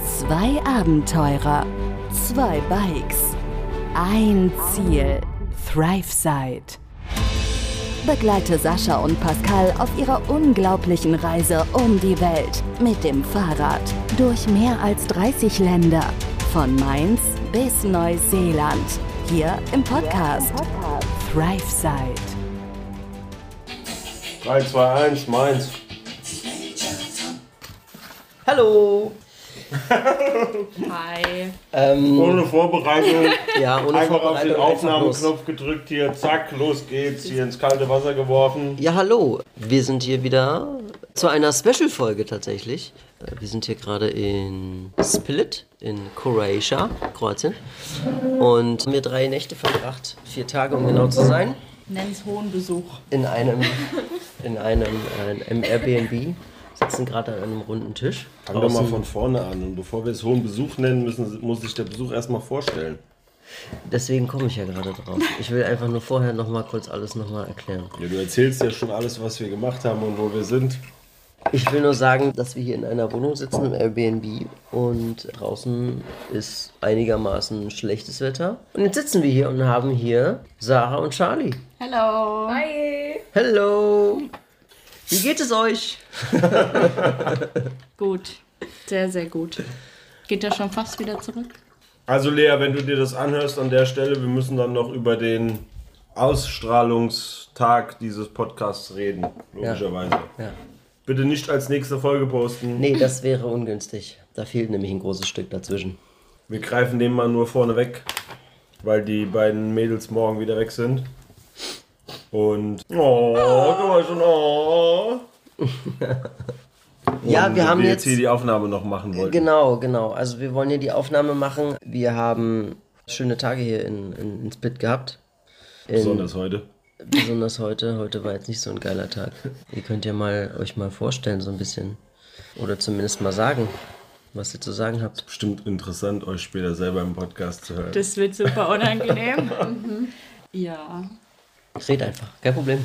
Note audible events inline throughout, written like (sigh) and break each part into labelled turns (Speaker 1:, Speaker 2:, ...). Speaker 1: Zwei Abenteurer, zwei Bikes, ein Ziel, ThriveSide. Begleite Sascha und Pascal auf ihrer unglaublichen Reise um die Welt mit dem Fahrrad durch mehr als 30 Länder, von Mainz bis Neuseeland, hier im Podcast ThriveSide.
Speaker 2: 3, 2, 1, meins.
Speaker 3: Hallo!
Speaker 4: Hi.
Speaker 3: Ähm,
Speaker 2: Ohne Vorbereitung.
Speaker 3: ja, ohne
Speaker 2: Einfach auf den
Speaker 3: Vorbereitung, einfach los.
Speaker 2: Aufnahmeknopf gedrückt hier, zack, los geht's, hier ins kalte Wasser geworfen.
Speaker 3: Ja, hallo! Wir sind hier wieder zu einer Special-Folge tatsächlich. Äh, Wir sind hier gerade in Split, in Croatia, Kroatien. Und haben hier drei Nächte verbracht, vier Tage um genau zu sein,
Speaker 4: Nenn's hohen Besuch.
Speaker 3: in einem, in einem, äh, im Airbnb. Sitzen gerade an einem runden Tisch.
Speaker 2: Fangen wir mal von vorne an. Und bevor wir es hohen Besuch nennen müssen, muss sich der Besuch erstmal vorstellen.
Speaker 3: Deswegen komme ich ja gerade drauf. Ich will einfach nur vorher nochmal kurz alles nochmal erklären.
Speaker 2: Ja, du erzählst ja schon alles, was wir gemacht haben und wo wir sind.
Speaker 3: Ich will nur sagen, dass wir hier in einer Wohnung sitzen, im Airbnb, und draußen ist einigermaßen schlechtes Wetter. Und jetzt sitzen wir hier und haben hier Sarah und Charlie.
Speaker 4: Hello. Hi.
Speaker 3: Hello! Wie geht es euch?
Speaker 4: Gut. Sehr, sehr gut. Geht ja schon fast wieder zurück.
Speaker 2: Also Lea, wenn du dir das anhörst an der Stelle, wir müssen dann noch über den Ausstrahlungstag dieses Podcasts reden, logischerweise.
Speaker 3: Ja.
Speaker 2: Bitte nicht als nächste Folge posten.
Speaker 3: Nee, das wäre ungünstig. Da fehlt nämlich ein großes Stück dazwischen.
Speaker 2: Wir greifen den mal nur vorne weg, weil die beiden Mädels morgen wieder weg sind. Und. Oh, guck mal schon. Oh.
Speaker 3: ja,
Speaker 2: Und
Speaker 3: wir haben
Speaker 2: die
Speaker 3: jetzt.
Speaker 2: hier die Aufnahme noch machen wollten.
Speaker 3: Genau, genau. Also wir wollen hier die Aufnahme machen. Wir haben schöne Tage hier in, in, in Split gehabt. In,
Speaker 2: Besonders heute.
Speaker 3: Besonders heute. Heute war jetzt nicht so ein geiler Tag. Ihr könnt ja mal euch mal vorstellen, so ein bisschen. Oder zumindest mal sagen, was ihr zu sagen habt.
Speaker 2: Bestimmt interessant, euch später selber im Podcast zu hören.
Speaker 4: Das wird super unangenehm. (laughs) Mhm. ja.
Speaker 3: Red einfach, kein Problem.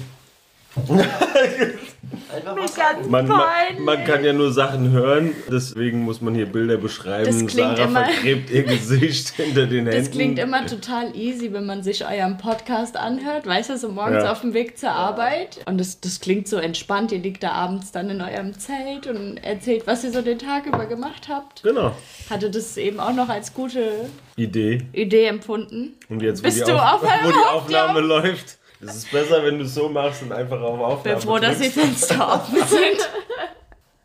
Speaker 3: einfach was sagen.
Speaker 2: man, man, man kann ja nur Sachen hören, deswegen muss man hier Bilder beschreiben.
Speaker 4: Das klingt
Speaker 2: Sarah
Speaker 4: immer-
Speaker 2: vergräbt ihr Gesicht (laughs) hinter den Händen.
Speaker 4: Das klingt immer total easy, wenn man sich euren Podcast anhört. Weißt du, so morgens
Speaker 2: Ja.
Speaker 4: auf dem Weg zur Arbeit. Und das, das klingt so entspannt. Ihr liegt da abends dann in eurem Zelt und erzählt, was ihr so den Tag über gemacht habt.
Speaker 2: Genau.
Speaker 4: Hatte das eben auch noch als gute
Speaker 2: Idee.
Speaker 4: Idee empfunden.
Speaker 2: Und jetzt, wo,
Speaker 4: Bist
Speaker 2: die,
Speaker 4: du
Speaker 2: Auf
Speaker 4: auf einmal
Speaker 2: wo die
Speaker 4: auf
Speaker 2: Aufnahme läuft. Es ist besser, wenn du es so machst und einfach auf
Speaker 4: Bin
Speaker 2: Aufnahme
Speaker 4: froh, dass die
Speaker 2: drückst.
Speaker 4: Fenster offen sind.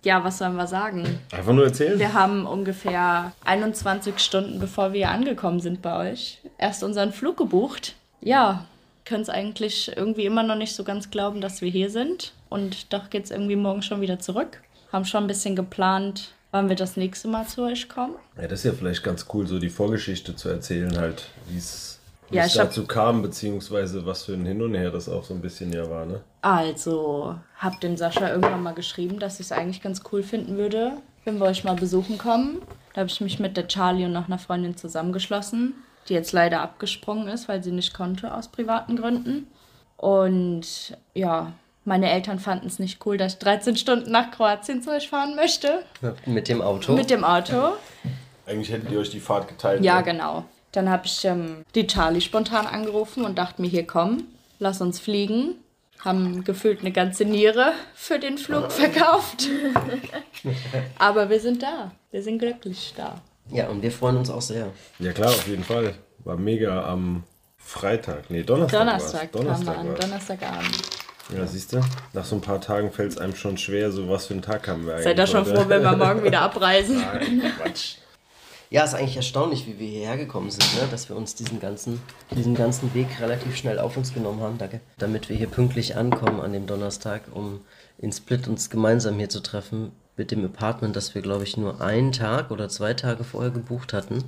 Speaker 4: Ja, was sollen wir sagen?
Speaker 2: Einfach nur erzählen.
Speaker 4: Wir haben ungefähr 21 Stunden, bevor wir angekommen sind bei euch, erst unseren Flug gebucht. Ja, können es eigentlich irgendwie immer noch nicht so ganz glauben, dass wir hier sind. Und doch geht es irgendwie morgen schon wieder zurück. Haben schon ein bisschen geplant, wann wir das nächste Mal zu euch kommen.
Speaker 2: Ja, das ist ja vielleicht ganz cool, so die Vorgeschichte zu erzählen, halt, wie es wie
Speaker 4: Ja,
Speaker 2: es
Speaker 4: ich hab-
Speaker 2: dazu kam, beziehungsweise was für ein Hin und Her das auch so ein bisschen ja war, ne?
Speaker 4: Also, hab dem Sascha irgendwann mal geschrieben, dass ich es eigentlich ganz cool finden würde, wenn wir euch mal besuchen kommen. Da habe ich mich mit der Charlie und noch einer Freundin zusammengeschlossen, die jetzt leider abgesprungen ist, weil sie nicht konnte aus privaten Gründen. Und ja, meine Eltern fanden es nicht cool, dass ich 13 Stunden nach Kroatien zu euch fahren möchte.
Speaker 3: Mit dem Auto.
Speaker 4: Mit dem Auto.
Speaker 2: Eigentlich hättet ihr euch die Fahrt geteilt.
Speaker 4: Ja,
Speaker 2: ne?
Speaker 4: genau. Dann habe ich ähm, die Charlie spontan angerufen und dachte mir, hier komm, lass uns fliegen. Haben gefühlt eine ganze Niere für
Speaker 2: (laughs)
Speaker 4: den Flug verkauft. Aber wir sind da. Wir sind glücklich da.
Speaker 3: ja, und wir freuen uns auch sehr.
Speaker 2: Ja, klar, auf jeden Fall. War mega am Freitag, nee, Donnerstag.
Speaker 4: Donnerstag,
Speaker 2: war's. Donnerstag
Speaker 4: kamen wir an,
Speaker 2: war's.
Speaker 4: Donnerstagabend.
Speaker 2: Ja, siehst du, nach so ein paar Tagen fällt es einem schon schwer, so was für einen Tag haben wir eigentlich.
Speaker 4: Seid ihr schon
Speaker 2: heute.
Speaker 4: froh, wenn wir morgen
Speaker 2: (laughs)
Speaker 4: wieder abreisen?
Speaker 2: Nein, (laughs) Quatsch.
Speaker 3: Ja, ist eigentlich erstaunlich, wie wir hierher gekommen sind, ne? dass wir uns diesen ganzen, diesen ganzen Weg relativ schnell auf uns genommen haben, danke. Damit wir hier pünktlich ankommen an dem Donnerstag, um in Split uns gemeinsam hier zu treffen mit dem Apartment, das wir, glaube ich, nur einen Tag oder zwei Tage vorher gebucht hatten,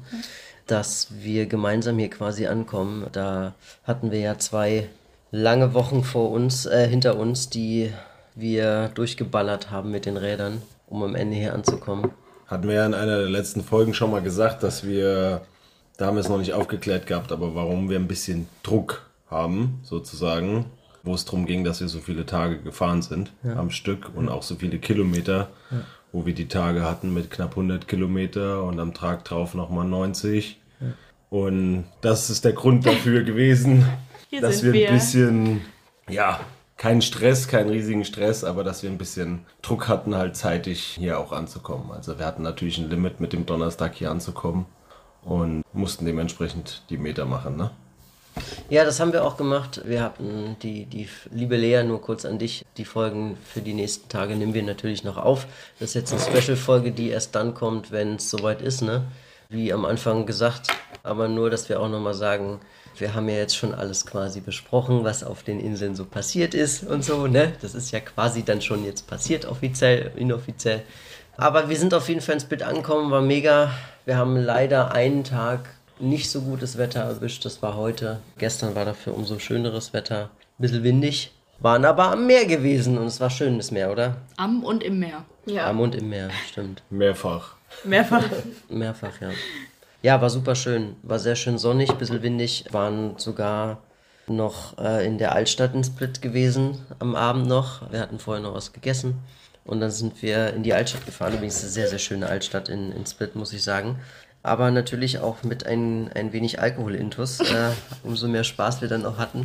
Speaker 3: dass wir gemeinsam hier quasi ankommen. Da hatten wir ja zwei lange Wochen vor uns, äh, hinter uns, die wir durchgeballert haben mit den Rädern, um am Ende hier anzukommen.
Speaker 2: Hatten wir ja in einer der letzten Folgen schon mal gesagt, dass wir, da haben wir es noch nicht aufgeklärt gehabt, aber warum wir ein bisschen Druck haben, sozusagen, wo es darum ging, dass wir so viele Tage gefahren sind am Stück und auch so viele Kilometer, wo wir die Tage hatten mit knapp 100 Kilometer und am Tag drauf nochmal 90. Und das ist der Grund dafür gewesen,
Speaker 4: (laughs) Hier
Speaker 2: dass wir
Speaker 4: sind wir.
Speaker 2: ein bisschen, ja, keinen Stress, keinen riesigen Stress, aber dass wir ein bisschen Druck hatten, halt zeitig hier auch anzukommen. Also wir hatten natürlich ein Limit mit dem Donnerstag hier anzukommen und mussten dementsprechend die Meter machen, ne?
Speaker 3: Ja, das haben wir auch gemacht. Wir hatten die, die liebe Lea, nur kurz an dich. Die Folgen für die nächsten Tage nehmen wir natürlich noch auf. Das ist jetzt eine Special-Folge, die erst dann kommt, wenn es soweit ist, ne? Wie am Anfang gesagt. Aber nur, dass wir auch nochmal sagen, wir haben ja jetzt schon alles quasi besprochen, was auf den Inseln so passiert ist und so, ne? Das ist ja quasi dann schon jetzt passiert, offiziell, inoffiziell. Aber wir sind auf jeden Fall ins Bett angekommen, war mega. Wir haben leider einen Tag nicht so gutes Wetter erwischt, das war heute. Gestern war dafür umso schöneres Wetter. Ein bisschen windig. Waren aber am Meer gewesen und es war schönes Meer, oder?
Speaker 4: Am und im Meer.
Speaker 5: Ja.
Speaker 3: Am und im Meer, stimmt.
Speaker 2: Mehrfach.
Speaker 4: Mehrfach.
Speaker 3: Mehrfach, ja. Ja, war super schön. War sehr schön sonnig, ein bisschen windig. Waren sogar noch äh, in der Altstadt in Split gewesen am Abend noch. Wir hatten vorher noch was gegessen. Und dann sind wir in die Altstadt gefahren. Übrigens eine sehr, sehr schöne Altstadt in, in Split, muss ich sagen. Aber natürlich auch mit ein, ein wenig Alkoholintus. Äh, umso mehr Spaß wir dann auch hatten,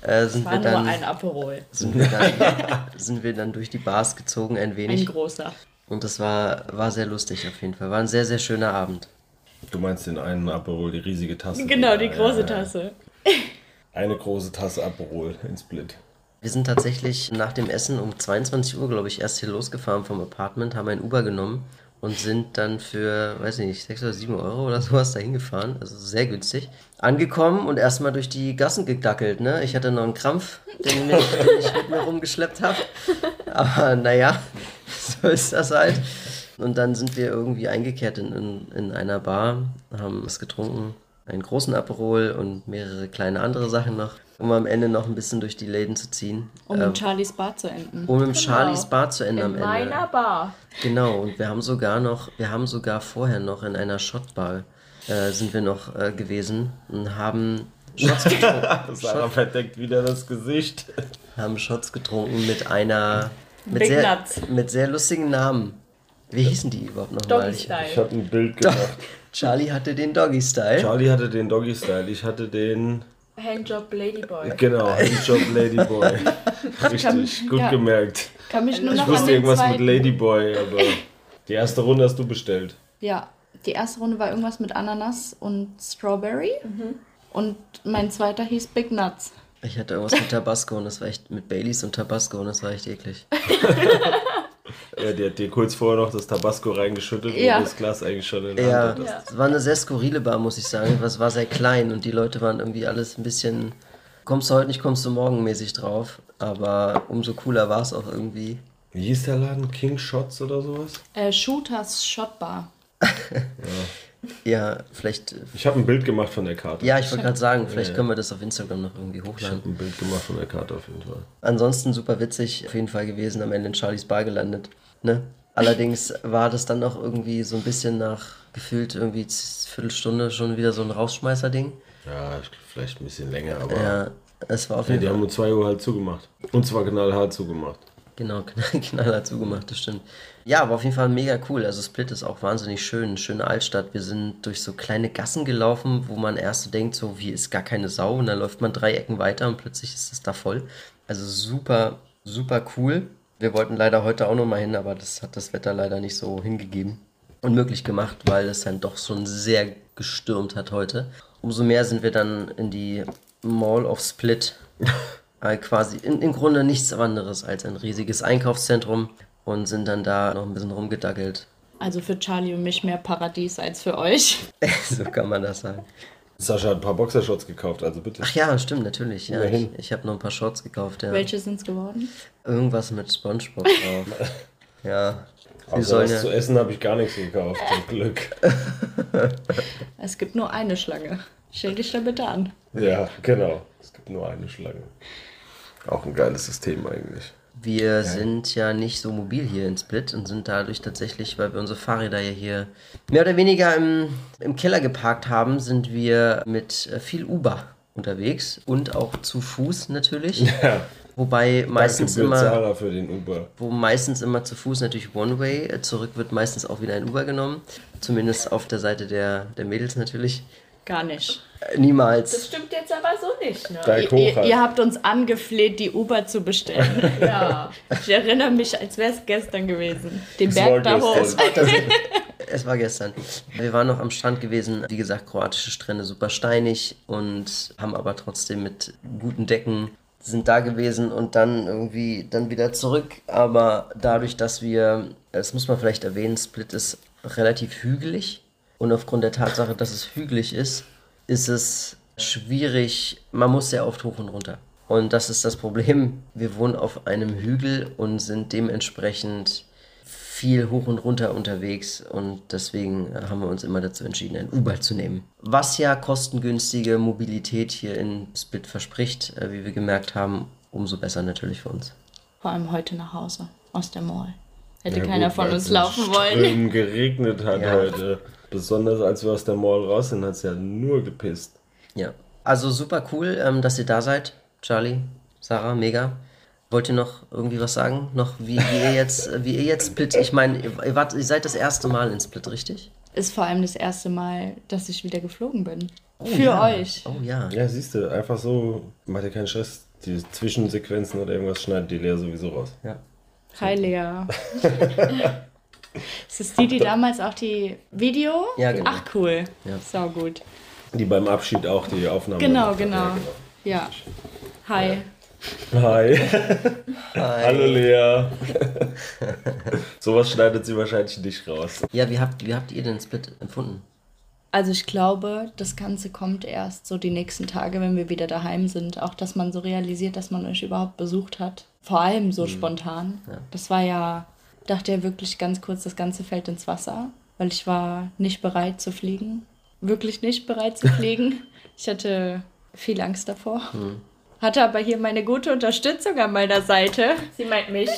Speaker 3: äh, sind,
Speaker 4: War
Speaker 3: wir
Speaker 4: nur
Speaker 3: dann,
Speaker 4: ein Aperol.
Speaker 3: sind, wir dann, (laughs) sind wir dann durch die Bars gezogen ein
Speaker 4: Ein
Speaker 3: wenig.
Speaker 4: großer.
Speaker 3: Und das war, war sehr lustig auf jeden Fall. War ein sehr, sehr schöner Abend.
Speaker 2: Du meinst den einen Aperol, die riesige Tasse?
Speaker 4: Genau,
Speaker 2: Ja,
Speaker 4: die
Speaker 2: ja,
Speaker 4: große
Speaker 2: ja.
Speaker 4: Tasse.
Speaker 2: Eine große Tasse Aperol in Split.
Speaker 3: Wir sind tatsächlich nach dem Essen um 22 Uhr, glaube ich, erst hier losgefahren vom Apartment, haben ein Uber genommen und sind dann für, weiß ich nicht, 6 oder 7 Euro oder sowas dahin gefahren. Also sehr günstig. Angekommen und erstmal durch die Gassen gedackelt, ne? Ich hatte noch einen Krampf, den, mir, den ich mit mir rumgeschleppt habe. Aber (laughs) naja, so ist das halt. Und dann sind wir irgendwie eingekehrt in, in, in einer Bar, haben was getrunken, einen großen Aperol und mehrere kleine andere Sachen noch, um am Ende noch ein bisschen durch die Läden zu ziehen.
Speaker 4: Um
Speaker 3: Ähm,
Speaker 4: in Charlies Bar zu enden.
Speaker 3: um im Charlies Bar zu enden am
Speaker 5: In
Speaker 3: Ende.
Speaker 5: meiner Bar.
Speaker 3: Genau, und wir haben sogar noch, wir haben sogar vorher noch in einer Shotbar äh, sind wir noch äh, gewesen und haben Shots,
Speaker 2: Sarah verdeckt wieder das Gesicht.
Speaker 3: haben Shots getrunken mit einer mit
Speaker 4: Big
Speaker 3: sehr,
Speaker 4: Nuts.
Speaker 3: mit sehr lustigen Namen. Wie hießen die überhaupt nochmal?
Speaker 4: Doggy
Speaker 3: Ich-
Speaker 2: Ich
Speaker 4: Style.
Speaker 2: habe ein Bild
Speaker 3: (laughs)
Speaker 2: gemacht.
Speaker 3: Charlie hatte den Doggy Style.
Speaker 2: Charlie hatte den Doggy Style, ich hatte den.
Speaker 5: Handjob Ladyboy.
Speaker 2: Genau, Handjob
Speaker 4: (laughs)
Speaker 2: Ladyboy. Richtig, gut
Speaker 4: ja.
Speaker 2: gemerkt.
Speaker 4: Kann mich nur
Speaker 2: Ich
Speaker 4: noch an
Speaker 2: wusste
Speaker 4: den
Speaker 2: irgendwas mit
Speaker 4: zweiten.
Speaker 2: Ladyboy, aber die erste Runde hast du bestellt.
Speaker 4: Ja, die erste Runde war irgendwas mit Ananas und Strawberry.
Speaker 5: Mhm.
Speaker 4: Und mein zweiter hieß Big Nuts.
Speaker 3: Ich hatte irgendwas mit Tabasco und das war echt mit Baileys und Tabasco und das war echt eklig.
Speaker 2: Ja, die hat dir kurz vorher noch das Tabasco reingeschüttet
Speaker 4: Ja.
Speaker 2: und das Glas eigentlich schon in der
Speaker 3: Ja,
Speaker 2: Hand hattest.
Speaker 3: das war eine sehr skurrile Bar, muss ich sagen. Es war sehr klein und die Leute waren irgendwie alles ein bisschen, kommst du heute nicht, kommst du morgen mäßig drauf. Aber umso cooler war es auch irgendwie.
Speaker 2: Wie hieß der Laden? King Shots oder sowas?
Speaker 4: Äh, Shooters Shotbar.
Speaker 3: Ja, vielleicht,
Speaker 2: Ich habe ein Bild gemacht von der Karte.
Speaker 3: ja, ich wollte gerade sagen, vielleicht können wir das auf Instagram noch irgendwie
Speaker 2: Ich
Speaker 3: hochladen.
Speaker 2: habe ein Bild gemacht von der Karte auf jeden Fall.
Speaker 3: Ansonsten super witzig auf jeden Fall gewesen, am Ende in Charlies Bar gelandet. Ne? Allerdings war das dann auch irgendwie so ein bisschen nach gefühlt irgendwie z- Viertelstunde schon wieder so ein Rausschmeißer-Ding.
Speaker 2: Ja, ich- vielleicht ein bisschen länger, aber.
Speaker 3: Ja, es war auf
Speaker 2: Ja,
Speaker 3: jeden
Speaker 2: die
Speaker 3: Fall.
Speaker 2: haben um 2 Uhr halt zugemacht. Und zwar knallhart zugemacht.
Speaker 3: Genau, (laughs) knall- knaller zugemacht, das stimmt. Ja, aber auf jeden Fall mega cool. Also Split ist auch wahnsinnig schön, schöne Altstadt. Wir sind durch so kleine Gassen gelaufen, wo man erst so denkt, so wie ist gar keine Sau und dann läuft man drei Ecken weiter und plötzlich ist es da voll. Also super, super cool. Wir wollten leider heute auch nochmal hin, aber das hat das Wetter leider nicht so hingegeben und möglich gemacht, weil es dann doch schon sehr gestürmt hat heute. Umso mehr sind wir dann in die Mall of Split (laughs) Äh, quasi in, im Grunde nichts anderes als ein riesiges Einkaufszentrum und sind dann da noch ein bisschen rumgedackelt.
Speaker 4: Also für Charlie und mich mehr Paradies als für euch.
Speaker 3: (laughs) so kann man das sagen.
Speaker 2: Sascha hat ein paar Boxershorts gekauft, also bitte.
Speaker 3: Ach ja, stimmt, natürlich. Ja, ich
Speaker 2: Immerhin.
Speaker 3: ich habe noch ein paar Shorts gekauft. Ja.
Speaker 4: (laughs) Welche sind's geworden?
Speaker 3: Irgendwas mit Spongebob drauf. ja. Wir
Speaker 2: Außer
Speaker 3: sollen
Speaker 2: was zu
Speaker 3: ja,
Speaker 2: essen habe ich gar nichts gekauft,
Speaker 4: (laughs)
Speaker 2: zum Glück.
Speaker 4: Es gibt nur eine Schlange. Stell dich da bitte an.
Speaker 2: Ja, genau. Es gibt nur eine Schlange. Auch ein geiles System eigentlich.
Speaker 3: wir sind ja nicht so mobil hier in Split und sind dadurch tatsächlich, weil wir unsere Fahrräder ja hier mehr oder weniger im, im Keller geparkt haben, sind wir mit äh, viel Uber unterwegs und auch zu Fuß natürlich.
Speaker 2: (laughs) Ja,
Speaker 3: Wobei meistens
Speaker 2: Danke,
Speaker 3: immer,
Speaker 2: Sarah, für den Uber.
Speaker 3: wo meistens immer zu Fuß natürlich One-Way, äh, zurück wird meistens auch wieder ein Uber genommen. Zumindest auf der Seite der, der Mädels natürlich.
Speaker 4: Gar nicht.
Speaker 3: Äh, niemals.
Speaker 5: Das stimmt jetzt aber so nicht, ne?
Speaker 2: Berg
Speaker 4: Ihr,
Speaker 2: hoch
Speaker 4: ihr,
Speaker 2: halt.
Speaker 4: ihr habt uns angefleht, die Uber zu bestellen.
Speaker 5: (laughs) Ja.
Speaker 4: ich erinnere mich, als wäre es gestern gewesen. Den
Speaker 2: Es
Speaker 4: Berg da
Speaker 2: war
Speaker 4: hoch.
Speaker 2: gestern.
Speaker 3: Es war gestern. Wir waren noch am Strand gewesen. Wie gesagt, kroatische Strände super steinig und haben aber trotzdem mit guten Decken sind da gewesen und dann irgendwie dann wieder zurück. Aber dadurch, dass wir, das muss man vielleicht erwähnen, Split ist relativ hügelig und aufgrund der Tatsache, dass es hügelig ist, ist es schwierig. Man muss sehr oft hoch und runter. Und das ist das Problem. Wir wohnen auf einem Hügel und sind dementsprechend viel hoch und runter unterwegs und deswegen äh, haben wir uns immer dazu entschieden, ein Uber zu nehmen. Was ja kostengünstige Mobilität hier in Split verspricht, äh, wie wir gemerkt haben, umso besser natürlich für uns.
Speaker 4: Vor allem heute nach Hause aus der Mall. Hätte
Speaker 2: Ja,
Speaker 4: keiner
Speaker 2: gut,
Speaker 4: von
Speaker 2: weil's
Speaker 4: uns laufen
Speaker 2: in
Speaker 4: wollen.
Speaker 2: Strömen geregnet hat
Speaker 3: Ja.
Speaker 2: heute. Besonders als wir aus der Mall raus sind, hat es ja nur gepisst.
Speaker 3: Ja. Also super cool, ähm, dass ihr da seid. Charlie, Sarah, mega. Wollt ihr noch irgendwie was sagen? Noch wie ihr jetzt, äh, wie ihr jetzt Split, ich meine, ihr, ihr wart, ihr seid das erste Mal in Split, richtig?
Speaker 4: Ist vor allem das erste Mal, dass ich wieder geflogen bin. Für
Speaker 3: ja.
Speaker 4: euch.
Speaker 3: Oh ja.
Speaker 2: Ja, siehst du, einfach so, macht ja keinen Stress. Die Zwischensequenzen oder irgendwas schneidet die Lea sowieso raus.
Speaker 3: ja.
Speaker 4: Hi Lea. Ist es die, die damals auch die Video?
Speaker 3: Ja, genau.
Speaker 4: Ach cool.
Speaker 3: Ja.
Speaker 4: Sau gut.
Speaker 2: Die beim Abschied auch die Aufnahme.
Speaker 4: Genau,
Speaker 2: gemacht hat.
Speaker 4: genau. Ja. Hi.
Speaker 2: Ja, genau. Hi. (laughs) Hallo Lea. (laughs) Sowas schneidet sie wahrscheinlich nicht raus.
Speaker 3: Ja, wie habt, wie habt ihr den Split empfunden?
Speaker 4: Also ich glaube, das Ganze kommt erst so die nächsten Tage, wenn wir wieder daheim sind. Auch, dass man so realisiert, dass man euch überhaupt besucht hat. Vor allem so spontan. Das war ja, dachte ja wirklich ganz kurz, das Ganze fällt ins Wasser, weil ich war nicht bereit zu fliegen. Wirklich nicht bereit zu fliegen. Ich hatte viel Angst davor. Hatte aber hier meine gute Unterstützung an meiner Seite,
Speaker 5: Sie meint mich.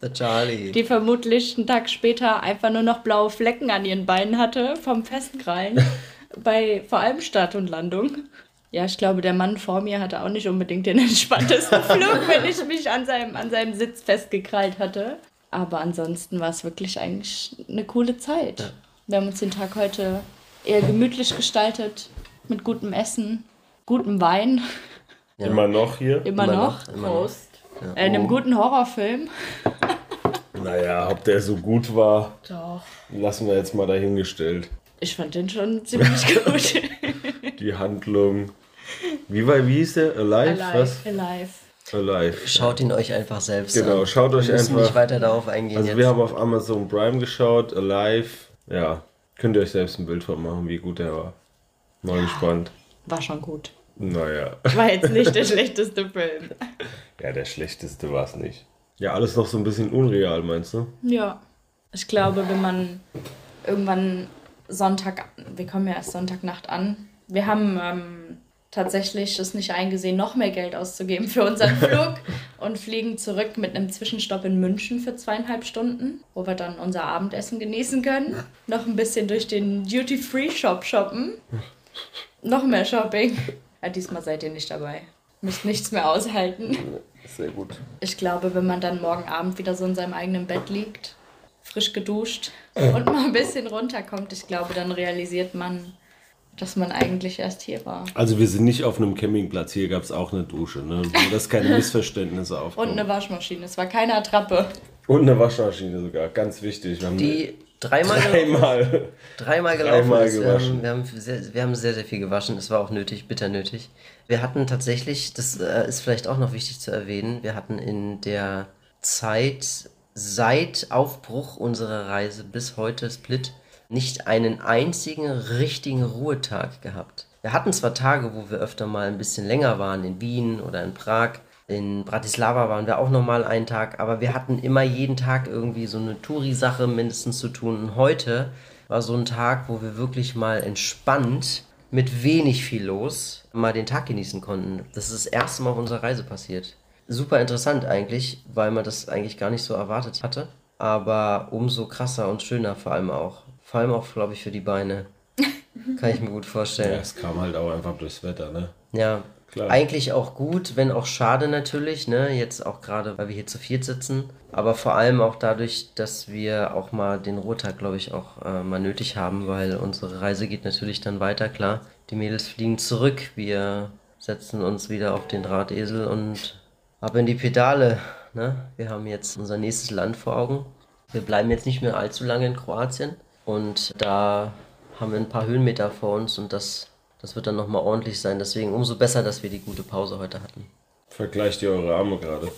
Speaker 3: Der Charlie.
Speaker 4: die vermutlich einen Tag später einfach nur noch blaue Flecken an ihren Beinen hatte vom Festkrallen bei vor allem Start und Landung. Ja, ich glaube, der Mann vor mir hatte auch nicht unbedingt den entspanntesten Flug, wenn ich mich an seinem, an seinem Sitz festgekrallt hatte. Aber ansonsten war es wirklich eigentlich eine coole Zeit. Wir haben uns den Tag heute eher gemütlich gestaltet, mit gutem Essen, gutem Wein, (laughs)
Speaker 3: Ja.
Speaker 2: Immer noch hier?
Speaker 4: immer,
Speaker 3: Immer
Speaker 4: noch,
Speaker 3: noch, immer noch.
Speaker 5: Prost.
Speaker 4: äh, einem guten Horrorfilm.
Speaker 2: Naja, ob der so gut war,
Speaker 5: Doch.
Speaker 2: lassen wir jetzt mal dahingestellt.
Speaker 4: Ich fand den schon ziemlich gut.
Speaker 2: Die Handlung. Wie war, wie hieß der? Alive?
Speaker 5: Alive.
Speaker 2: Was?
Speaker 4: Alive.
Speaker 2: Alive.
Speaker 3: Schaut ihn euch einfach selbst an.
Speaker 2: Genau, schaut euch
Speaker 3: Wir müssen nicht
Speaker 2: einfach.
Speaker 3: weiter darauf eingehen
Speaker 2: Also
Speaker 3: jetzt.
Speaker 2: wir haben auf Amazon Prime geschaut, Alive. Ja, könnt ihr euch selbst ein Bild von machen, wie gut der war. Mal gespannt.
Speaker 4: War schon gut.
Speaker 2: Naja. (laughs)
Speaker 4: War jetzt nicht der schlechteste Film.
Speaker 2: Ja, der schlechteste war es nicht. Ja, alles noch so ein bisschen unreal, meinst du?
Speaker 4: Ja. Ich glaube, wenn man irgendwann Sonntag, wir kommen ja erst Sonntagnacht an, wir haben ähm, tatsächlich es nicht eingesehen, noch mehr Geld auszugeben für unseren Flug und fliegen zurück mit einem Zwischenstopp in München für zweieinhalb Stunden, wo wir dann unser Abendessen genießen können, noch ein bisschen durch den Duty-Free-Shop shoppen, noch mehr Shopping. Ja, diesmal seid ihr nicht dabei. Müsst nichts mehr aushalten.
Speaker 2: Sehr gut.
Speaker 4: Ich glaube, wenn man dann morgen Abend wieder so in seinem eigenen Bett liegt, frisch geduscht und mal ein bisschen runterkommt, ich glaube, dann realisiert man, dass man eigentlich erst hier war.
Speaker 2: Also wir sind nicht auf einem Campingplatz, hier gab es auch eine Dusche, ne? Nur, dass keine Missverständnisse
Speaker 4: Und
Speaker 2: aufkommen.
Speaker 4: eine Waschmaschine. Es war keine Attrappe.
Speaker 2: Und eine Waschmaschine sogar, ganz wichtig. Wir haben
Speaker 3: die dreimal,
Speaker 2: (laughs) dreimal.
Speaker 3: dreimal gelaufen
Speaker 2: dreimal
Speaker 3: ist.
Speaker 2: gewaschen.
Speaker 3: Ähm, wir, haben sehr, wir haben sehr, sehr viel gewaschen. Es war auch nötig, bitter nötig. Wir hatten tatsächlich, das äh, ist vielleicht auch noch wichtig zu erwähnen, wir hatten in der Zeit seit Aufbruch unserer Reise bis heute Split nicht einen einzigen richtigen Ruhetag gehabt. Wir hatten zwar Tage, wo wir öfter mal ein bisschen länger waren, in Wien oder in Prag. In Bratislava waren wir auch nochmal einen Tag, aber wir hatten immer jeden Tag irgendwie so eine Touri-Sache mindestens zu tun. Und heute war so ein Tag, wo wir wirklich mal entspannt mit wenig viel los mal den Tag genießen konnten. Das ist das erste Mal auf unserer Reise passiert. Super interessant eigentlich, weil man das eigentlich gar nicht so erwartet hatte. Aber umso krasser und schöner vor allem auch. Vor allem auch, glaube ich, für die Beine. Kann ich mir gut
Speaker 2: Ja,
Speaker 3: vorstellen.
Speaker 2: es kam halt auch einfach durchs Wetter, ne?
Speaker 3: Ja,
Speaker 2: Klar.
Speaker 3: Eigentlich auch gut, wenn auch schade natürlich, ne? Jetzt auch gerade, weil wir hier zu viert sitzen. Aber vor allem auch dadurch, dass wir auch mal den Ruhetag, glaube ich, auch äh, mal nötig haben, weil unsere Reise geht natürlich dann weiter, klar. Die Mädels fliegen zurück, wir setzen uns wieder auf den Drahtesel und ab in die Pedale. Ne? Wir haben jetzt unser nächstes Land vor Augen. Wir bleiben jetzt nicht mehr allzu lange in Kroatien und da haben wir ein paar Höhenmeter vor uns und das, das wird dann nochmal ordentlich sein. Deswegen umso besser, dass wir die gute Pause heute hatten.
Speaker 2: Vergleicht ihr eure Arme gerade.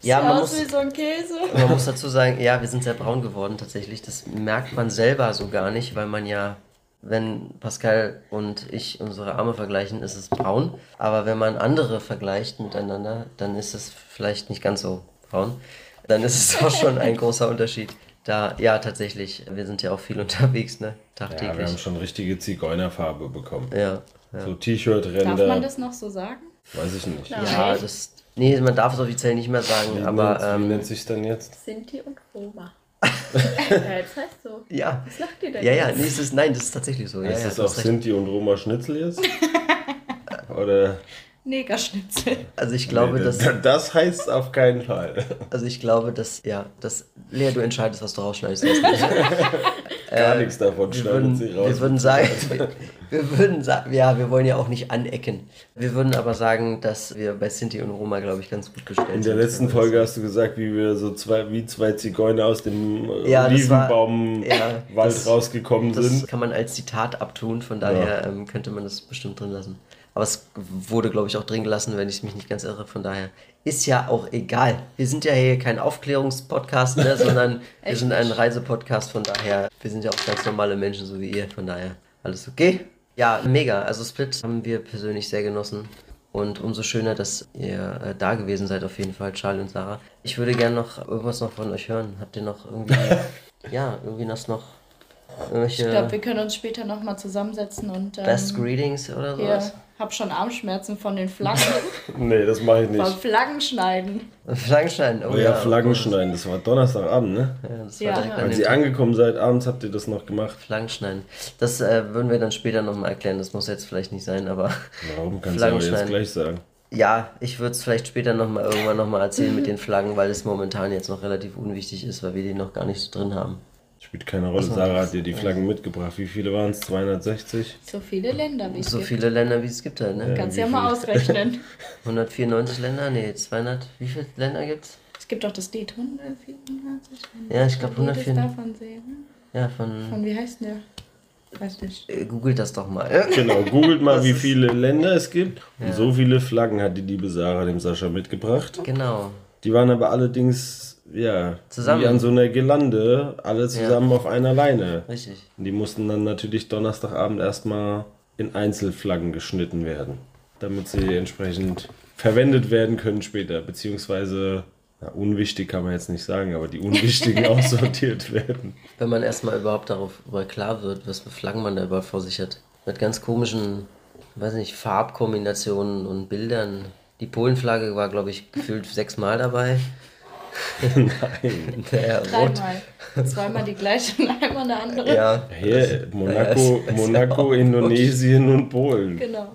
Speaker 3: Ja, man
Speaker 4: Aus
Speaker 3: muss,
Speaker 4: wie so ein Käse.
Speaker 3: man muss dazu sagen, ja, wir sind sehr braun geworden tatsächlich. Das merkt man selber so gar nicht, weil man ja, wenn Pascal und ich unsere Arme vergleichen, ist es braun. Aber wenn man andere vergleicht miteinander, dann ist es vielleicht nicht ganz so braun. Dann ist es auch schon ein großer Unterschied. Da, ja, tatsächlich, wir sind ja auch viel unterwegs, ne?
Speaker 2: Ja, wir haben
Speaker 3: Tagtäglich.
Speaker 2: schon richtige Zigeunerfarbe bekommen.
Speaker 3: Ja, ja.
Speaker 2: So
Speaker 4: Darf man
Speaker 2: T-Shirt-Ränder.
Speaker 4: das noch so sagen?
Speaker 2: Weiß ich nicht.
Speaker 3: Ja, das. Nee, man darf es offiziell nicht mehr sagen,
Speaker 2: Wie
Speaker 3: aber
Speaker 2: nennt's- wie
Speaker 3: ähm,
Speaker 2: nennt sich dann jetzt?
Speaker 5: Sinti und
Speaker 3: (laughs)
Speaker 5: Roma. ja, jetzt heißt so.
Speaker 3: ja.
Speaker 5: Was lacht ihr denn?
Speaker 3: Ja, ja, nee, es ist, nein, das ist tatsächlich so. Ja,
Speaker 2: Ist
Speaker 3: ja,
Speaker 2: das
Speaker 3: du
Speaker 2: auch
Speaker 3: hast recht.
Speaker 2: Sinti und Roma Schnitzel
Speaker 3: (laughs)
Speaker 2: jetzt? Oder?
Speaker 4: Negerschnitzel.
Speaker 3: Also ich glaube,
Speaker 2: Nee,
Speaker 3: dass,
Speaker 2: das, das heißt auf keinen Fall.
Speaker 3: also ich glaube, dass, ja, dass, Lea, du entscheidest, was du rausschneidest.
Speaker 2: (laughs) Gar nichts davon
Speaker 3: Äh, wir,
Speaker 2: schneidet
Speaker 3: würden,
Speaker 2: sie raus.
Speaker 3: wir würden sagen, (laughs) wir, wir würden sagen, ja, wir wollen ja auch nicht anecken. Wir würden aber sagen, dass wir bei Sinti und Roma, glaube ich, ganz gut gestellt
Speaker 2: In
Speaker 3: sind.
Speaker 2: der letzten Folge hast du gesagt, wie wir so zwei, wie zwei Zigeuner aus dem äh,
Speaker 3: Ja, das war-
Speaker 2: Olivenbaumwald
Speaker 3: ja, das-
Speaker 2: rausgekommen
Speaker 3: Das
Speaker 2: sind.
Speaker 3: kann man als Zitat abtun, von daher ähm, könnte man das bestimmt drin lassen. Aber es wurde, glaube ich, auch drin gelassen, wenn ich mich nicht ganz irre. Von daher ist ja auch egal. Wir sind ja hier kein Aufklärungspodcast, ne, sondern wir sind ein Reisepodcast. Von daher, wir sind ja auch ganz normale Menschen, so wie ihr. Von daher, alles okay? Ja, mega. Also Split haben wir persönlich sehr genossen. Und umso schöner, dass ihr äh, da gewesen seid, auf jeden Fall, Charlie und Sarah. Ich würde gerne noch irgendwas noch von euch hören. Habt ihr noch irgendwie, ja, irgendwie das noch, irgendwelche...
Speaker 4: Ich glaube, wir können uns später nochmal zusammensetzen und ähm,
Speaker 3: Best Greetings oder sowas? (laughs)
Speaker 4: hier, hab schon Armschmerzen von den Flaggen,
Speaker 2: Nee, das mache ich
Speaker 4: vom
Speaker 2: nicht.
Speaker 4: Flaggen schneiden.
Speaker 3: Flaggenschneiden. Oh,
Speaker 2: Oh ja, Flaggenschneiden, das war Donnerstagabend, ne?
Speaker 3: Ja, das war
Speaker 4: Ja.
Speaker 3: direkt an
Speaker 2: Als
Speaker 3: den
Speaker 2: ihr angekommen seid, abends habt ihr das noch gemacht.
Speaker 3: Flaggenschneiden. Das äh, würden wir dann später nochmal erklären. Das muss jetzt vielleicht nicht sein, aber (laughs)
Speaker 2: Warum kannst du aber jetzt
Speaker 3: Flaggenschneiden.
Speaker 2: gleich sagen?
Speaker 3: ja, ich würde es vielleicht später nochmal irgendwann nochmal erzählen mit den Flaggen, weil es momentan jetzt noch relativ unwichtig ist, weil wir die noch gar nicht so drin haben.
Speaker 2: Spielt keine Rolle. Sarah hat dir die Flaggen mitgebracht. Wie viele waren es? 260?
Speaker 4: So viele Länder wie es
Speaker 3: So
Speaker 4: gibt.
Speaker 3: viele Länder, wie es gibt halt, ne?
Speaker 4: Kannst
Speaker 2: wie
Speaker 4: ja mal
Speaker 3: (laughs)
Speaker 4: ausrechnen.
Speaker 3: 194 Länder? Nee, 200. Wie viele Länder gibt's?
Speaker 4: es gibt doch das Lied 194 Länder.
Speaker 3: Ja, ich glaube
Speaker 4: Jedes
Speaker 3: 104.
Speaker 4: davon sehen.
Speaker 3: Ja, von.
Speaker 4: Und wie heißt denn der? Weiß nicht.
Speaker 3: Äh, googelt das doch mal. (laughs)
Speaker 2: Genau, googelt mal, wie viele Länder es gibt. Und so viele Flaggen hat die liebe Sarah dem Sascha mitgebracht.
Speaker 3: Genau.
Speaker 2: Die waren aber allerdings, ja,
Speaker 3: Zusammen.
Speaker 2: wie an so einer Gelande, alle zusammen auf einer Leine.
Speaker 3: Richtig.
Speaker 2: Und die mussten dann natürlich Donnerstagabend erstmal in Einzelflaggen geschnitten werden, damit sie entsprechend verwendet werden können später, beziehungsweise, na, unwichtig kann man jetzt nicht sagen, aber die
Speaker 3: (laughs)
Speaker 2: unwichtigen aussortiert werden.
Speaker 3: Wenn man erstmal überhaupt darüber klar wird, was für Flaggen man da überhaupt vor sich hat. Mit ganz komischen, weiß nicht, Farbkombinationen und Bildern. Die Polenflagge war, glaube ich, gefühlt
Speaker 2: (laughs)
Speaker 3: sechsmal dabei. Nein. (laughs) Der rot.
Speaker 4: Dreimal. Zweimal die gleiche und einmal eine andere.
Speaker 3: Ja,
Speaker 2: Hier, Monaco,
Speaker 3: ist- ist (laughs)
Speaker 2: Monaco Indonesien und Polen.
Speaker 4: Genau.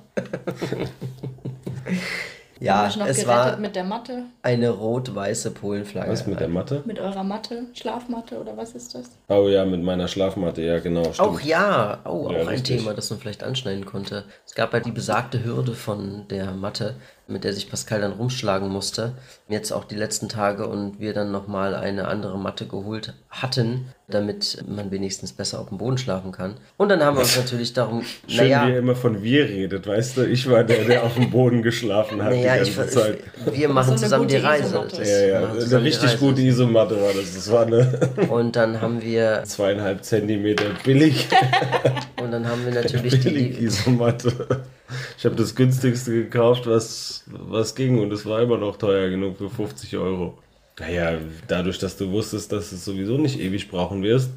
Speaker 3: ja
Speaker 4: ich noch
Speaker 3: es
Speaker 4: gerettet
Speaker 3: war
Speaker 4: mit der Matte,
Speaker 3: eine rot-weiße Polenflagge.
Speaker 2: Was mit der Matte?
Speaker 4: mit eurer Matte, Schlafmatte oder was ist
Speaker 3: (laughs)
Speaker 4: das?
Speaker 2: Oh ja, mit meiner Schlafmatte, ja genau, stimmt.
Speaker 3: Auch ja, oh,
Speaker 2: Ja,
Speaker 3: auch ein
Speaker 2: richtig.
Speaker 3: Thema, das man vielleicht anschneiden konnte. Es gab halt die besagte Hürde von der Matte, mit der sich Pascal dann rumschlagen musste. Jetzt auch die letzten Tage und wir dann nochmal eine andere Matte geholt hatten, damit man wenigstens besser auf dem Boden schlafen kann. Und dann haben
Speaker 2: (laughs)
Speaker 3: wir uns natürlich darum,
Speaker 2: Schön, wie ihr
Speaker 3: naja,
Speaker 2: immer von wir redet, weißt du? Ich war der, der auf dem Boden
Speaker 3: (laughs)
Speaker 2: geschlafen hat
Speaker 3: naja
Speaker 2: die
Speaker 3: ich,
Speaker 2: ganze Zeit.
Speaker 3: ich, wir machen
Speaker 4: So eine
Speaker 3: zusammen die
Speaker 4: gute
Speaker 3: Reise.
Speaker 4: Isomatte.
Speaker 3: Das-
Speaker 2: Ja, ja,
Speaker 3: wir machen
Speaker 2: eine
Speaker 3: zusammen die
Speaker 2: richtig
Speaker 3: Reise.
Speaker 2: gute Isomatte war das. Das war eine (laughs)
Speaker 3: Und dann haben wir,
Speaker 2: zweieinhalb Zentimeter billig,
Speaker 3: und dann haben wir
Speaker 2: (laughs)
Speaker 3: natürlich
Speaker 2: billig
Speaker 3: die, E-
Speaker 2: Isomatte. Ich habe das günstigste gekauft, was, was ging und es war immer noch teuer genug für 50 Euro. Naja, dadurch, dass du wusstest, dass es sowieso nicht ewig brauchen wirst,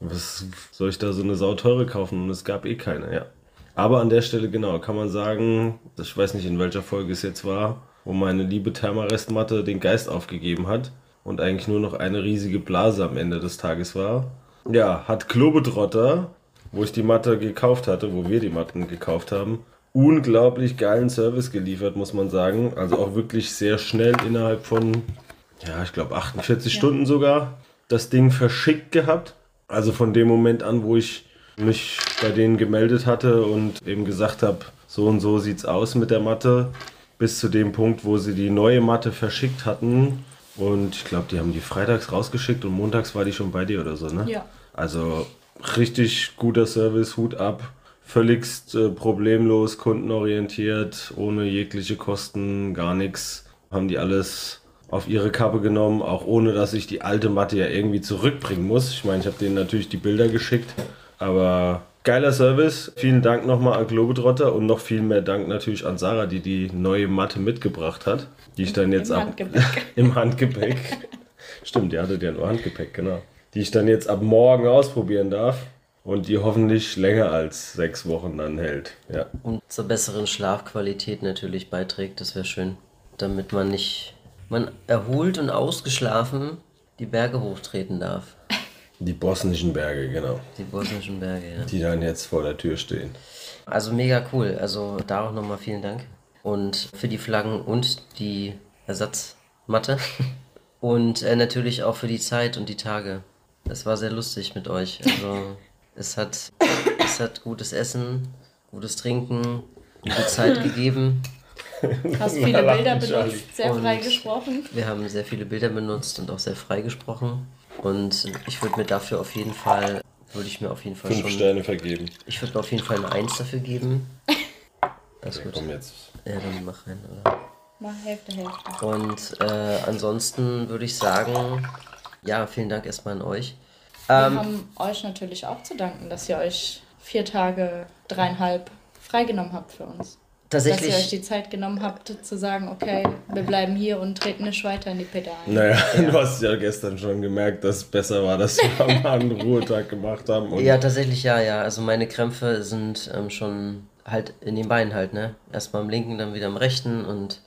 Speaker 2: was soll ich da so eine sauteure kaufen? Und es gab eh keine, ja. Aber an der Stelle, genau, kann man sagen, ich weiß nicht, in welcher Folge es jetzt war, wo meine liebe Thermarestmatte den Geist aufgegeben hat und eigentlich nur noch eine riesige Blase am Ende des Tages war. Ja, hat Klobetrotter, wo ich die Matte gekauft hatte, wo wir die Matten gekauft haben, unglaublich geilen Service geliefert, muss man sagen. Also auch wirklich sehr schnell innerhalb von, ja, ich glaube 48 Stunden sogar das Ding verschickt gehabt. Also von dem Moment an, wo ich mich bei denen gemeldet hatte und eben gesagt habe, so und so sieht's aus mit der Matte, bis zu dem Punkt, wo sie die neue Matte verschickt hatten. Und ich glaube, die haben die freitags rausgeschickt und montags war die schon bei dir oder so, ne?
Speaker 4: Ja.
Speaker 2: Also richtig guter Service, Hut ab, völligst äh, problemlos, kundenorientiert, ohne jegliche Kosten, gar nichts. Haben die alles auf ihre Kappe genommen, auch ohne dass ich die alte Matte ja irgendwie zurückbringen muss. Ich meine, ich habe denen natürlich die Bilder geschickt, aber geiler Service. Vielen Dank nochmal an Globetrotter und noch viel mehr Dank natürlich an Sarah, die die neue Matte mitgebracht hat, die ich dann jetzt
Speaker 4: Im
Speaker 2: ab
Speaker 4: Handgepäck.
Speaker 2: im Handgepäck. Stimmt, ihr hattet ja nur Handgepäck, genau. Die ich dann jetzt ab morgen ausprobieren darf und die hoffentlich länger als sechs Wochen dann hält. Ja.
Speaker 3: Und zur besseren Schlafqualität natürlich beiträgt, das wäre schön. Damit man nicht, man erholt und ausgeschlafen die Berge hochtreten darf.
Speaker 2: Die bosnischen Berge, genau.
Speaker 3: Die bosnischen Berge, ja.
Speaker 2: Die dann jetzt vor der Tür stehen.
Speaker 3: Also mega cool. Also da auch nochmal vielen Dank. Und für die Flaggen und die Ersatzmatte. Und äh, natürlich auch für die Zeit und die Tage. Es war sehr lustig mit euch. Also es hat, es hat gutes Essen, gutes Trinken, gute Zeit gegeben.
Speaker 4: Hast viele Bilder
Speaker 2: lachen, Charlie.
Speaker 4: benutzt, sehr
Speaker 3: Und-
Speaker 4: frei gesprochen.
Speaker 3: Wir haben sehr viele Bilder benutzt und auch sehr frei gesprochen. Und ich würde mir dafür auf jeden Fall, würde ich mir auf jeden Fall
Speaker 2: Fünf
Speaker 3: schon,
Speaker 2: Sterne vergeben.
Speaker 3: ich würde mir auf jeden Fall eine Eins dafür
Speaker 2: (laughs)
Speaker 3: geben. Alles gut.
Speaker 2: Komm jetzt.
Speaker 3: Ja, dann mach rein, oder?
Speaker 4: Mal Hälfte, Hälfte.
Speaker 3: Und äh, ansonsten würde ich sagen, ja, vielen Dank erstmal an euch. Ähm,
Speaker 4: Wir haben euch natürlich auch zu danken, dass ihr euch vier Tage, dreieinhalb freigenommen habt für uns. Dass ihr euch
Speaker 3: Tatsächlich,
Speaker 4: die Zeit genommen habt, zu sagen, okay, wir bleiben hier und treten nicht weiter in die Pedalen.
Speaker 2: Naja, du hast ja gestern schon gemerkt, dass es besser war, dass wir am Abend einen Ruhetag gemacht haben. Und
Speaker 3: ja, tatsächlich, ja, ja. Also meine Krämpfe sind ähm, schon halt in den Beinen halt, ne? Erstmal am linken, dann wieder am rechten und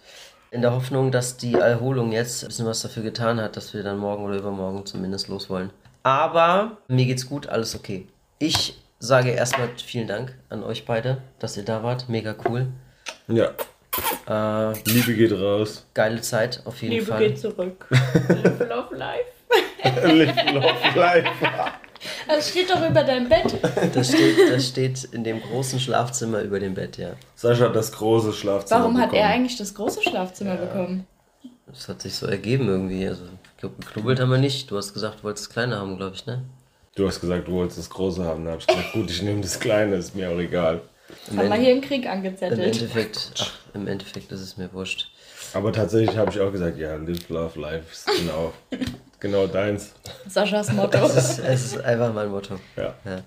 Speaker 3: in der Hoffnung, dass die Erholung jetzt ein bisschen was dafür getan hat, dass wir dann morgen oder übermorgen zumindest los wollen. Aber mir geht's gut, alles okay. Ich sage erstmal vielen Dank an euch beide, dass ihr da wart. Mega cool.
Speaker 2: ja.
Speaker 3: Äh,
Speaker 2: Liebe geht raus.
Speaker 3: geile Zeit auf jeden
Speaker 4: Liebe
Speaker 3: Fall. (laughs)
Speaker 4: geht zurück.
Speaker 5: Live, love, life.
Speaker 2: Live, love, life.
Speaker 4: Das steht doch über deinem Bett.
Speaker 3: Das steht, das steht in dem großen Schlafzimmer über dem Bett, ja.
Speaker 2: Sascha hat das große Schlafzimmer.
Speaker 4: Warum hat er
Speaker 2: bekommen.
Speaker 4: eigentlich das große Schlafzimmer bekommen?
Speaker 3: Das hat sich so ergeben irgendwie. Also, ich glaube, geknubbelt haben wir nicht. Du hast gesagt, du wolltest das kleine haben, glaube ich, ne?
Speaker 2: Du hast gesagt, du wolltest das große haben. Da hab ich gesagt, gut, ich nehme das kleine, ist mir auch egal.
Speaker 3: Im,
Speaker 4: Haben wir
Speaker 3: Ende,
Speaker 4: hier einen Krieg
Speaker 3: im
Speaker 4: angezettelt.
Speaker 3: Endeffekt, ach, im Endeffekt ist es mir wurscht.
Speaker 2: Aber tatsächlich habe ich auch gesagt, ja, live, love, life ist genau, genau deins.
Speaker 4: Saschas
Speaker 3: (laughs)
Speaker 4: Motto.
Speaker 3: Es ist, es ist einfach mein Motto.
Speaker 2: Ja,
Speaker 3: Ja.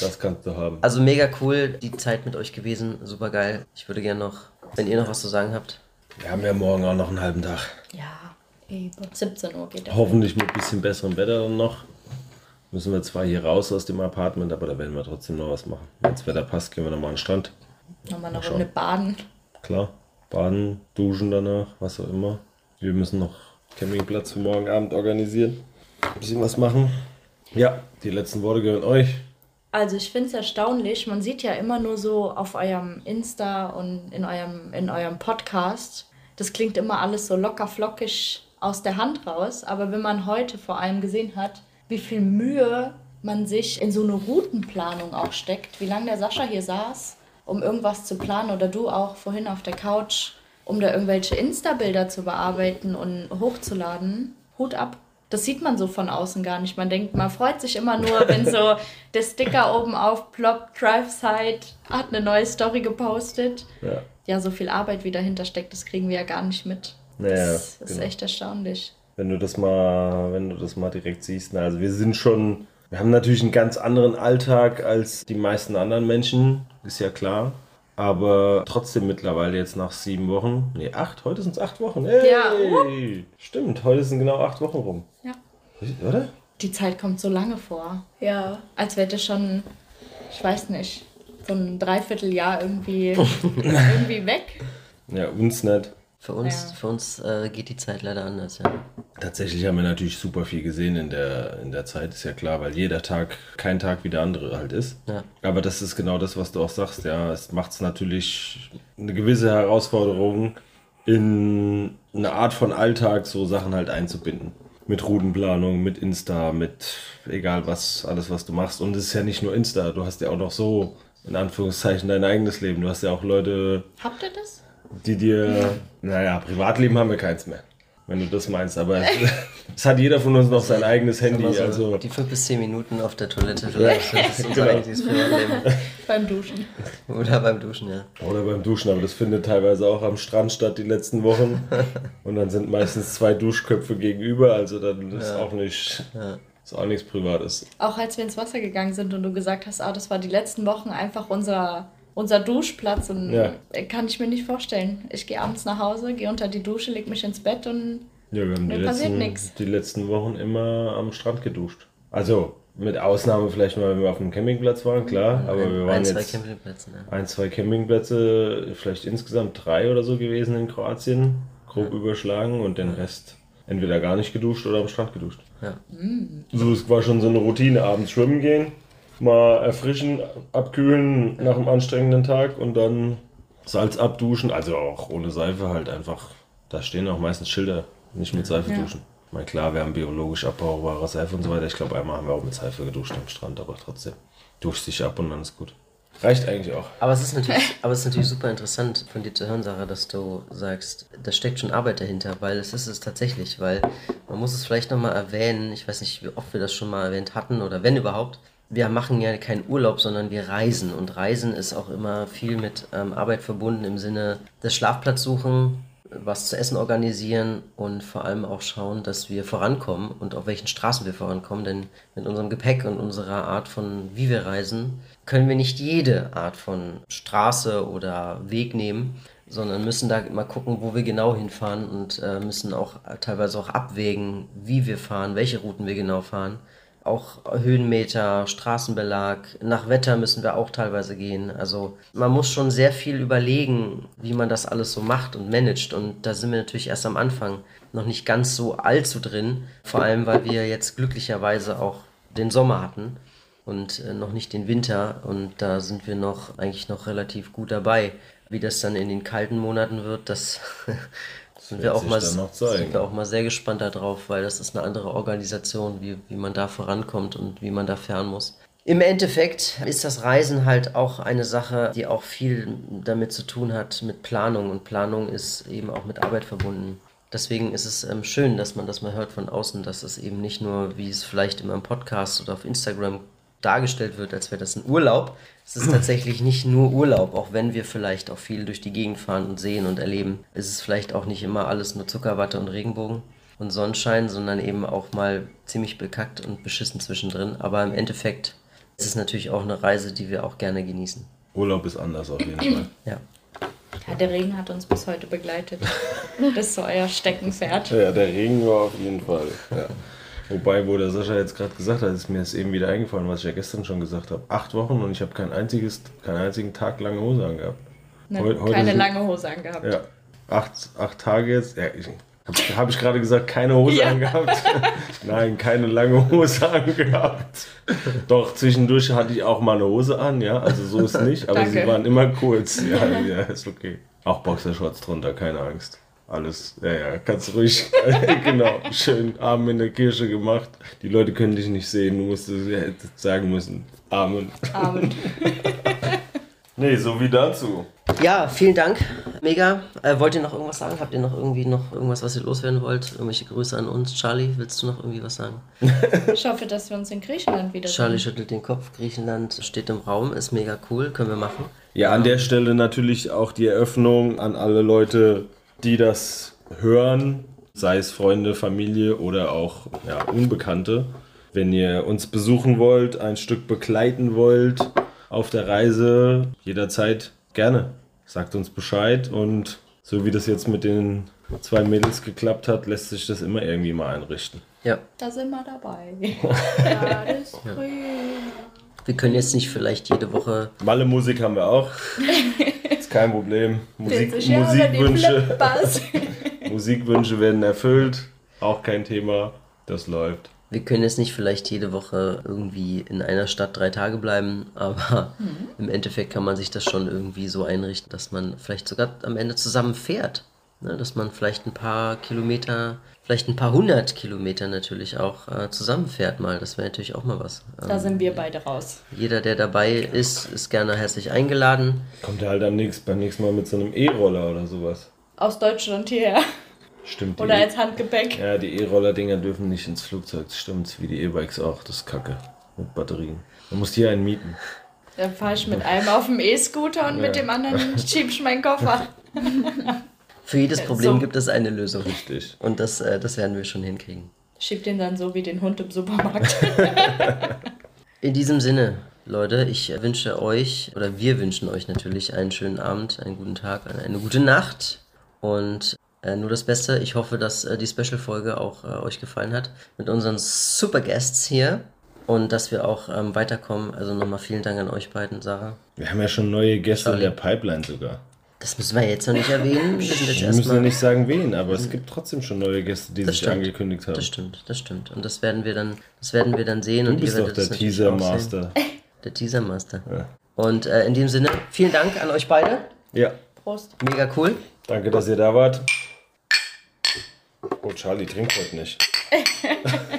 Speaker 2: das kannst du haben.
Speaker 3: Also mega cool, die Zeit mit euch gewesen, super geil. Ich würde gerne noch, wenn ihr noch was zu sagen habt.
Speaker 2: Wir haben ja morgen auch noch einen halben Tag.
Speaker 4: Ja, eben. 17 Uhr geht er.
Speaker 2: Hoffentlich mit ein bisschen besserem Wetter dann noch. Müssen wir zwar hier raus aus dem Apartment, aber da werden wir trotzdem noch was machen. Wenn das Wetter passt, gehen wir nochmal an den Strand.
Speaker 4: Nochmal eine
Speaker 2: Mal
Speaker 4: Runde
Speaker 2: schauen.
Speaker 4: baden.
Speaker 2: Klar, baden, duschen danach, was auch immer. Wir müssen noch Campingplatz für morgen Abend organisieren. Ein bisschen was machen. Ja, die letzten Worte gehören euch.
Speaker 4: Also ich finde es erstaunlich, man sieht ja immer nur so auf eurem Insta und in eurem, in eurem Podcast, das klingt immer alles so locker flockig aus der Hand raus, aber wenn man heute vor allem gesehen hat, wie viel Mühe man sich in so eine Routenplanung auch steckt, wie lange der Sascha hier saß, um irgendwas zu planen oder du auch vorhin auf der Couch, um da irgendwelche Insta-Bilder zu bearbeiten und hochzuladen, Hut ab. Das sieht man so von außen gar nicht. Man denkt, man freut sich immer nur, wenn so der Sticker oben aufploppt, Drive-Side hat eine neue Story gepostet.
Speaker 2: Ja.
Speaker 4: Ja, so viel Arbeit, wie dahinter steckt, das kriegen wir ja gar nicht mit.
Speaker 2: Naja,
Speaker 4: das ist
Speaker 2: genau.
Speaker 4: echt erstaunlich.
Speaker 2: Wenn du das mal, wenn du das mal direkt siehst. Na, also wir sind schon, wir haben natürlich einen ganz anderen Alltag als die meisten anderen Menschen, ist ja klar. Aber trotzdem mittlerweile jetzt nach sieben Wochen, nee, acht, heute sind es acht Wochen. Hey!
Speaker 4: Ja,
Speaker 2: Stimmt, heute sind genau acht Wochen rum.
Speaker 4: Ja.
Speaker 2: Oder?
Speaker 4: Die Zeit kommt so lange vor,
Speaker 5: Ja.
Speaker 4: als wäre das schon, ich weiß nicht, so ein Dreivierteljahr irgendwie, irgendwie weg.
Speaker 2: Ja, uns nicht.
Speaker 3: Für uns,
Speaker 4: Ja.
Speaker 3: für uns äh, geht die Zeit leider anders, ja.
Speaker 2: Tatsächlich haben wir natürlich super viel gesehen in der, in der Zeit, ist ja klar, weil jeder Tag kein Tag wie der andere halt ist.
Speaker 3: Ja.
Speaker 2: Aber das ist genau das, was du auch sagst, ja. Es macht es natürlich eine gewisse Herausforderung, in eine Art von Alltag so Sachen halt einzubinden. Mit Routenplanung, mit Insta, mit egal was, alles was du machst. Und es ist ja nicht nur Insta, du hast ja auch noch so, in Anführungszeichen, dein eigenes Leben. Du hast ja auch Leute,
Speaker 4: Habt ihr das?
Speaker 2: die dir, naja, Privatleben haben wir keins mehr, wenn du das meinst, aber es, es hat jeder von uns noch sein eigenes Handy,
Speaker 3: Also,
Speaker 2: also Genau.
Speaker 3: die fünf bis zehn Minuten auf der Toilette vielleicht.
Speaker 2: (laughs)
Speaker 3: Das ist unser eigentliches Privatleben.
Speaker 4: Beim Duschen.
Speaker 3: Oder beim Duschen, ja.
Speaker 2: oder beim Duschen, aber das findet teilweise auch am Strand statt die letzten
Speaker 3: (laughs)
Speaker 2: Wochen und dann sind meistens zwei Duschköpfe gegenüber, also dann ist auch nicht, ist auch nichts Privates.
Speaker 4: Auch als wir ins Wasser gegangen sind und du gesagt hast, ah, das war die letzten Wochen einfach unser, unser Duschplatz. Und
Speaker 2: Ja.
Speaker 4: äh, kann ich mir nicht vorstellen. Ich gehe abends nach Hause, gehe unter die Dusche, leg mich ins Bett und
Speaker 2: Ja, wir haben die
Speaker 4: Da passiert
Speaker 2: letzten,
Speaker 4: nix.
Speaker 2: die letzten Wochen immer am Strand geduscht. Also mit Ausnahme vielleicht mal, wenn wir auf dem Campingplatz waren, klar, aber wir waren
Speaker 3: Ein, zwei
Speaker 2: jetzt
Speaker 3: Campingplätze, ne. ja.
Speaker 2: ein, zwei Campingplätze, vielleicht insgesamt drei oder so gewesen in Kroatien, grob überschlagen und den Rest entweder gar nicht geduscht oder am Strand geduscht.
Speaker 3: Ja.
Speaker 2: So, es war schon so eine Routine, abends schwimmen gehen, mal erfrischen, abkühlen nach einem anstrengenden Tag und dann Salz abduschen, also auch ohne Seife halt einfach. Da stehen auch meistens Schilder, nicht mit Seife duschen. Ich meine, klar, wir haben biologisch abbaubare Seife und so weiter. Ich glaube, einmal haben wir auch mit Seife geduscht am Strand, aber trotzdem. Duscht dich ab und dann ist gut. Reicht eigentlich auch.
Speaker 3: Aber es ist natürlich, aber es ist natürlich super interessant von dir zu hören, Sarah, dass du sagst, da steckt schon Arbeit dahinter, weil es ist es tatsächlich, weil man muss es vielleicht nochmal erwähnen, ich weiß nicht, wie oft wir das schon mal erwähnt hatten oder wenn überhaupt. Wir machen ja keinen Urlaub, sondern wir reisen. Und Reisen ist auch immer viel mit ähm, Arbeit verbunden im Sinne des Schlafplatz suchen, was zu essen organisieren und vor allem auch schauen, dass wir vorankommen und auf welchen Straßen wir vorankommen. Denn mit unserem Gepäck und unserer Art von, wie wir reisen, können wir nicht jede Art von Straße oder Weg nehmen, sondern müssen da mal gucken, wo wir genau hinfahren und äh, müssen auch teilweise auch abwägen, wie wir fahren, welche Routen wir genau fahren auch Höhenmeter, Straßenbelag, nach Wetter müssen wir auch teilweise gehen. Also man muss schon sehr viel überlegen, wie man das alles so macht und managt. Und da sind wir natürlich erst am Anfang noch nicht ganz so allzu drin. Vor allem, weil wir jetzt glücklicherweise auch den Sommer hatten und äh, noch nicht den Winter. Und da sind wir noch eigentlich noch relativ gut dabei. Wie das dann in den kalten Monaten wird, das (laughs) sind wir
Speaker 2: wird
Speaker 3: auch
Speaker 2: sich
Speaker 3: mal
Speaker 2: dann noch
Speaker 3: sind
Speaker 2: zeigen.
Speaker 3: wir auch mal sehr gespannt darauf, weil das ist eine andere Organisation, wie, wie man da vorankommt und wie man da fern muss. Im Endeffekt ist das Reisen halt auch eine Sache, die auch viel damit zu tun hat mit Planung und Planung ist eben auch mit Arbeit verbunden. Deswegen ist es ähm, schön, dass man das mal hört von außen, dass es eben nicht nur, wie es vielleicht immer im Podcast oder auf Instagram dargestellt wird, als wäre das ein Urlaub. Es ist tatsächlich nicht nur Urlaub, auch wenn wir vielleicht auch viel durch die Gegend fahren und sehen und erleben. Es ist vielleicht auch nicht immer alles nur Zuckerwatte und Regenbogen und Sonnenschein, sondern eben auch mal ziemlich bekackt und beschissen zwischendrin. Aber im Endeffekt ist es natürlich auch eine Reise, die wir auch gerne genießen.
Speaker 2: Urlaub ist anders auf
Speaker 4: (clears throat)
Speaker 2: jeden Fall.
Speaker 3: Ja.
Speaker 4: ja, der Regen hat uns bis
Speaker 2: (laughs)
Speaker 4: heute begleitet. das ist so euer Steckenpferd.
Speaker 2: Ja, der Regen war auf jeden Fall. Ja. Wobei, wo der Sascha jetzt gerade gesagt hat, ist mir das eben wieder eingefallen, was ich ja gestern schon gesagt habe. Acht Wochen und ich habe kein einziges, keinen einzigen Tag lange Hose angehabt.
Speaker 4: Ne,
Speaker 2: Heu- heute
Speaker 4: keine
Speaker 2: sind-
Speaker 4: lange Hose angehabt.
Speaker 2: Ja, acht, acht Tage jetzt. Ja, ich, habe hab ich gerade gesagt, keine Hose angehabt? (laughs) Nein, keine lange Hose (laughs) angehabt. Doch, zwischendurch hatte ich auch mal eine Hose an, ja, also so ist nicht, aber sie
Speaker 4: Danke.
Speaker 2: waren immer kurz. Ja, ja, ist okay. Auch Boxershorts drunter, keine Angst. Alles, ja, ja, kannst ruhig, (laughs) genau, schön Arm in der Kirche gemacht. Die Leute können dich nicht sehen, du musst es- ja, hättest sagen müssen, Amen.
Speaker 4: Abend.
Speaker 2: (laughs) Nee, so wie dazu.
Speaker 3: ja, vielen Dank. Mega. Äh, wollt ihr noch irgendwas sagen? Habt ihr noch irgendwie noch irgendwas, was ihr loswerden wollt? Irgendwelche Grüße an uns. Charlie, willst du noch irgendwie was sagen?
Speaker 4: Ich hoffe, dass wir uns in Griechenland wiedersehen.
Speaker 3: Charlie schüttelt den Kopf. Griechenland steht im Raum, ist mega cool, können wir machen.
Speaker 2: Ja, an der Stelle natürlich auch die Eröffnung an alle Leute, die das hören, sei es Freunde, Familie oder auch ja, Unbekannte. Wenn ihr uns besuchen wollt, ein Stück begleiten wollt auf der Reise, jederzeit gerne. Sagt uns Bescheid und so wie das jetzt mit den zwei Mädels geklappt hat, lässt sich das immer irgendwie mal einrichten.
Speaker 3: Ja,
Speaker 4: Da sind
Speaker 2: (laughs)
Speaker 4: wir dabei.
Speaker 5: Alles grün.
Speaker 3: wir können jetzt nicht vielleicht jede Woche
Speaker 2: Malle Musik haben wir auch. Das Kein Problem. Musik,
Speaker 5: 40 Jahre die
Speaker 2: Musikwünsche, (laughs)
Speaker 5: Flippers.
Speaker 2: Musikwünsche werden erfüllt. Auch kein Thema. Das läuft.
Speaker 3: Wir können jetzt nicht vielleicht jede Woche irgendwie in einer Stadt drei Tage bleiben, (laughs) aber im Endeffekt kann man sich das schon irgendwie so einrichten, dass man vielleicht sogar am Ende zusammen fährt. Ne? Dass man vielleicht ein paar Kilometer, vielleicht ein paar hundert Kilometer natürlich auch äh, zusammenfährt mal. Das wäre natürlich auch mal was.
Speaker 4: Da sind wir beide raus.
Speaker 3: Jeder, der dabei ist, ist gerne herzlich eingeladen.
Speaker 2: Kommt er halt am nächsten, beim nächsten Mal mit so einem E-Roller oder sowas.
Speaker 4: Aus Deutschland hierher.
Speaker 2: Stimmt. die- E-
Speaker 4: Oder als Handgepäck.
Speaker 2: ja, die E-Roller-Dinger dürfen nicht ins Flugzeug. Das stimmt. Wie die E-Bikes auch. Das ist kacke. Mit Batterien. Man muss hier einen mieten.
Speaker 4: Dann fahre ich mit einem auf dem E-Scooter und mit
Speaker 2: Ja.
Speaker 4: dem anderen schieb ich
Speaker 2: (laughs)
Speaker 4: meinen Koffer.
Speaker 3: Für jedes Problem
Speaker 4: so.
Speaker 3: gibt es eine Lösung.
Speaker 2: Richtig.
Speaker 3: Und das, äh, das werden wir schon hinkriegen.
Speaker 4: Schieb den dann so wie den Hund im Supermarkt.
Speaker 3: In diesem Sinne, Leute, ich wünsche euch, oder wir wünschen euch natürlich einen schönen Abend, einen guten Tag, eine, eine gute Nacht und äh, nur das Beste. Ich hoffe, dass äh, die Special-Folge auch äh, euch gefallen hat mit unseren Super-Guests hier und dass wir auch ähm, weiterkommen. Also nochmal vielen Dank an euch beiden, Sarah.
Speaker 2: Wir haben ja schon neue Gäste in der Pipeline sogar.
Speaker 3: Das müssen wir jetzt noch nicht erwähnen. Wir sind jetzt
Speaker 2: Wir müssen ja
Speaker 3: erstmal.
Speaker 2: nicht sagen, wen, aber es gibt trotzdem schon neue Gäste, die
Speaker 3: Mhm. Das
Speaker 2: sich
Speaker 3: stimmt.
Speaker 2: angekündigt haben.
Speaker 3: Das stimmt, das stimmt. Und das werden wir dann, das werden wir dann sehen.
Speaker 2: Du
Speaker 3: und
Speaker 2: bist
Speaker 3: ihr
Speaker 2: doch
Speaker 3: werdet
Speaker 2: der
Speaker 3: es natürlich auch sehen.
Speaker 2: Teaser-Master.
Speaker 3: Der Teaser Master. Und äh, in dem Sinne, vielen Dank an euch beide.
Speaker 2: Ja,
Speaker 4: Prost.
Speaker 3: Mega cool.
Speaker 2: danke, dass ihr da wart. Oh, Charlie trinkt heute nicht.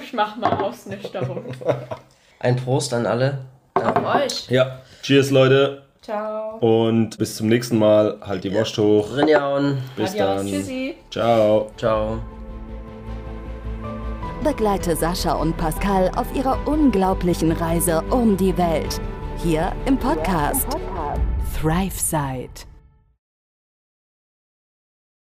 Speaker 5: Ich mach mal aufs Nüchterung.
Speaker 3: Ein Prost an alle.
Speaker 4: Auf euch.
Speaker 2: Ja, cheers, Leute.
Speaker 4: Ciao.
Speaker 2: Und bis zum nächsten Mal. Halt die Wurst hoch.
Speaker 3: Rinjauen.
Speaker 2: Bis
Speaker 4: Adios.
Speaker 2: dann.
Speaker 4: Tschüssi.
Speaker 2: Ciao.
Speaker 3: Ciao.
Speaker 1: Begleite Sascha und Pascal auf ihrer unglaublichen Reise um die Welt. Hier im Podcast Thrive Side.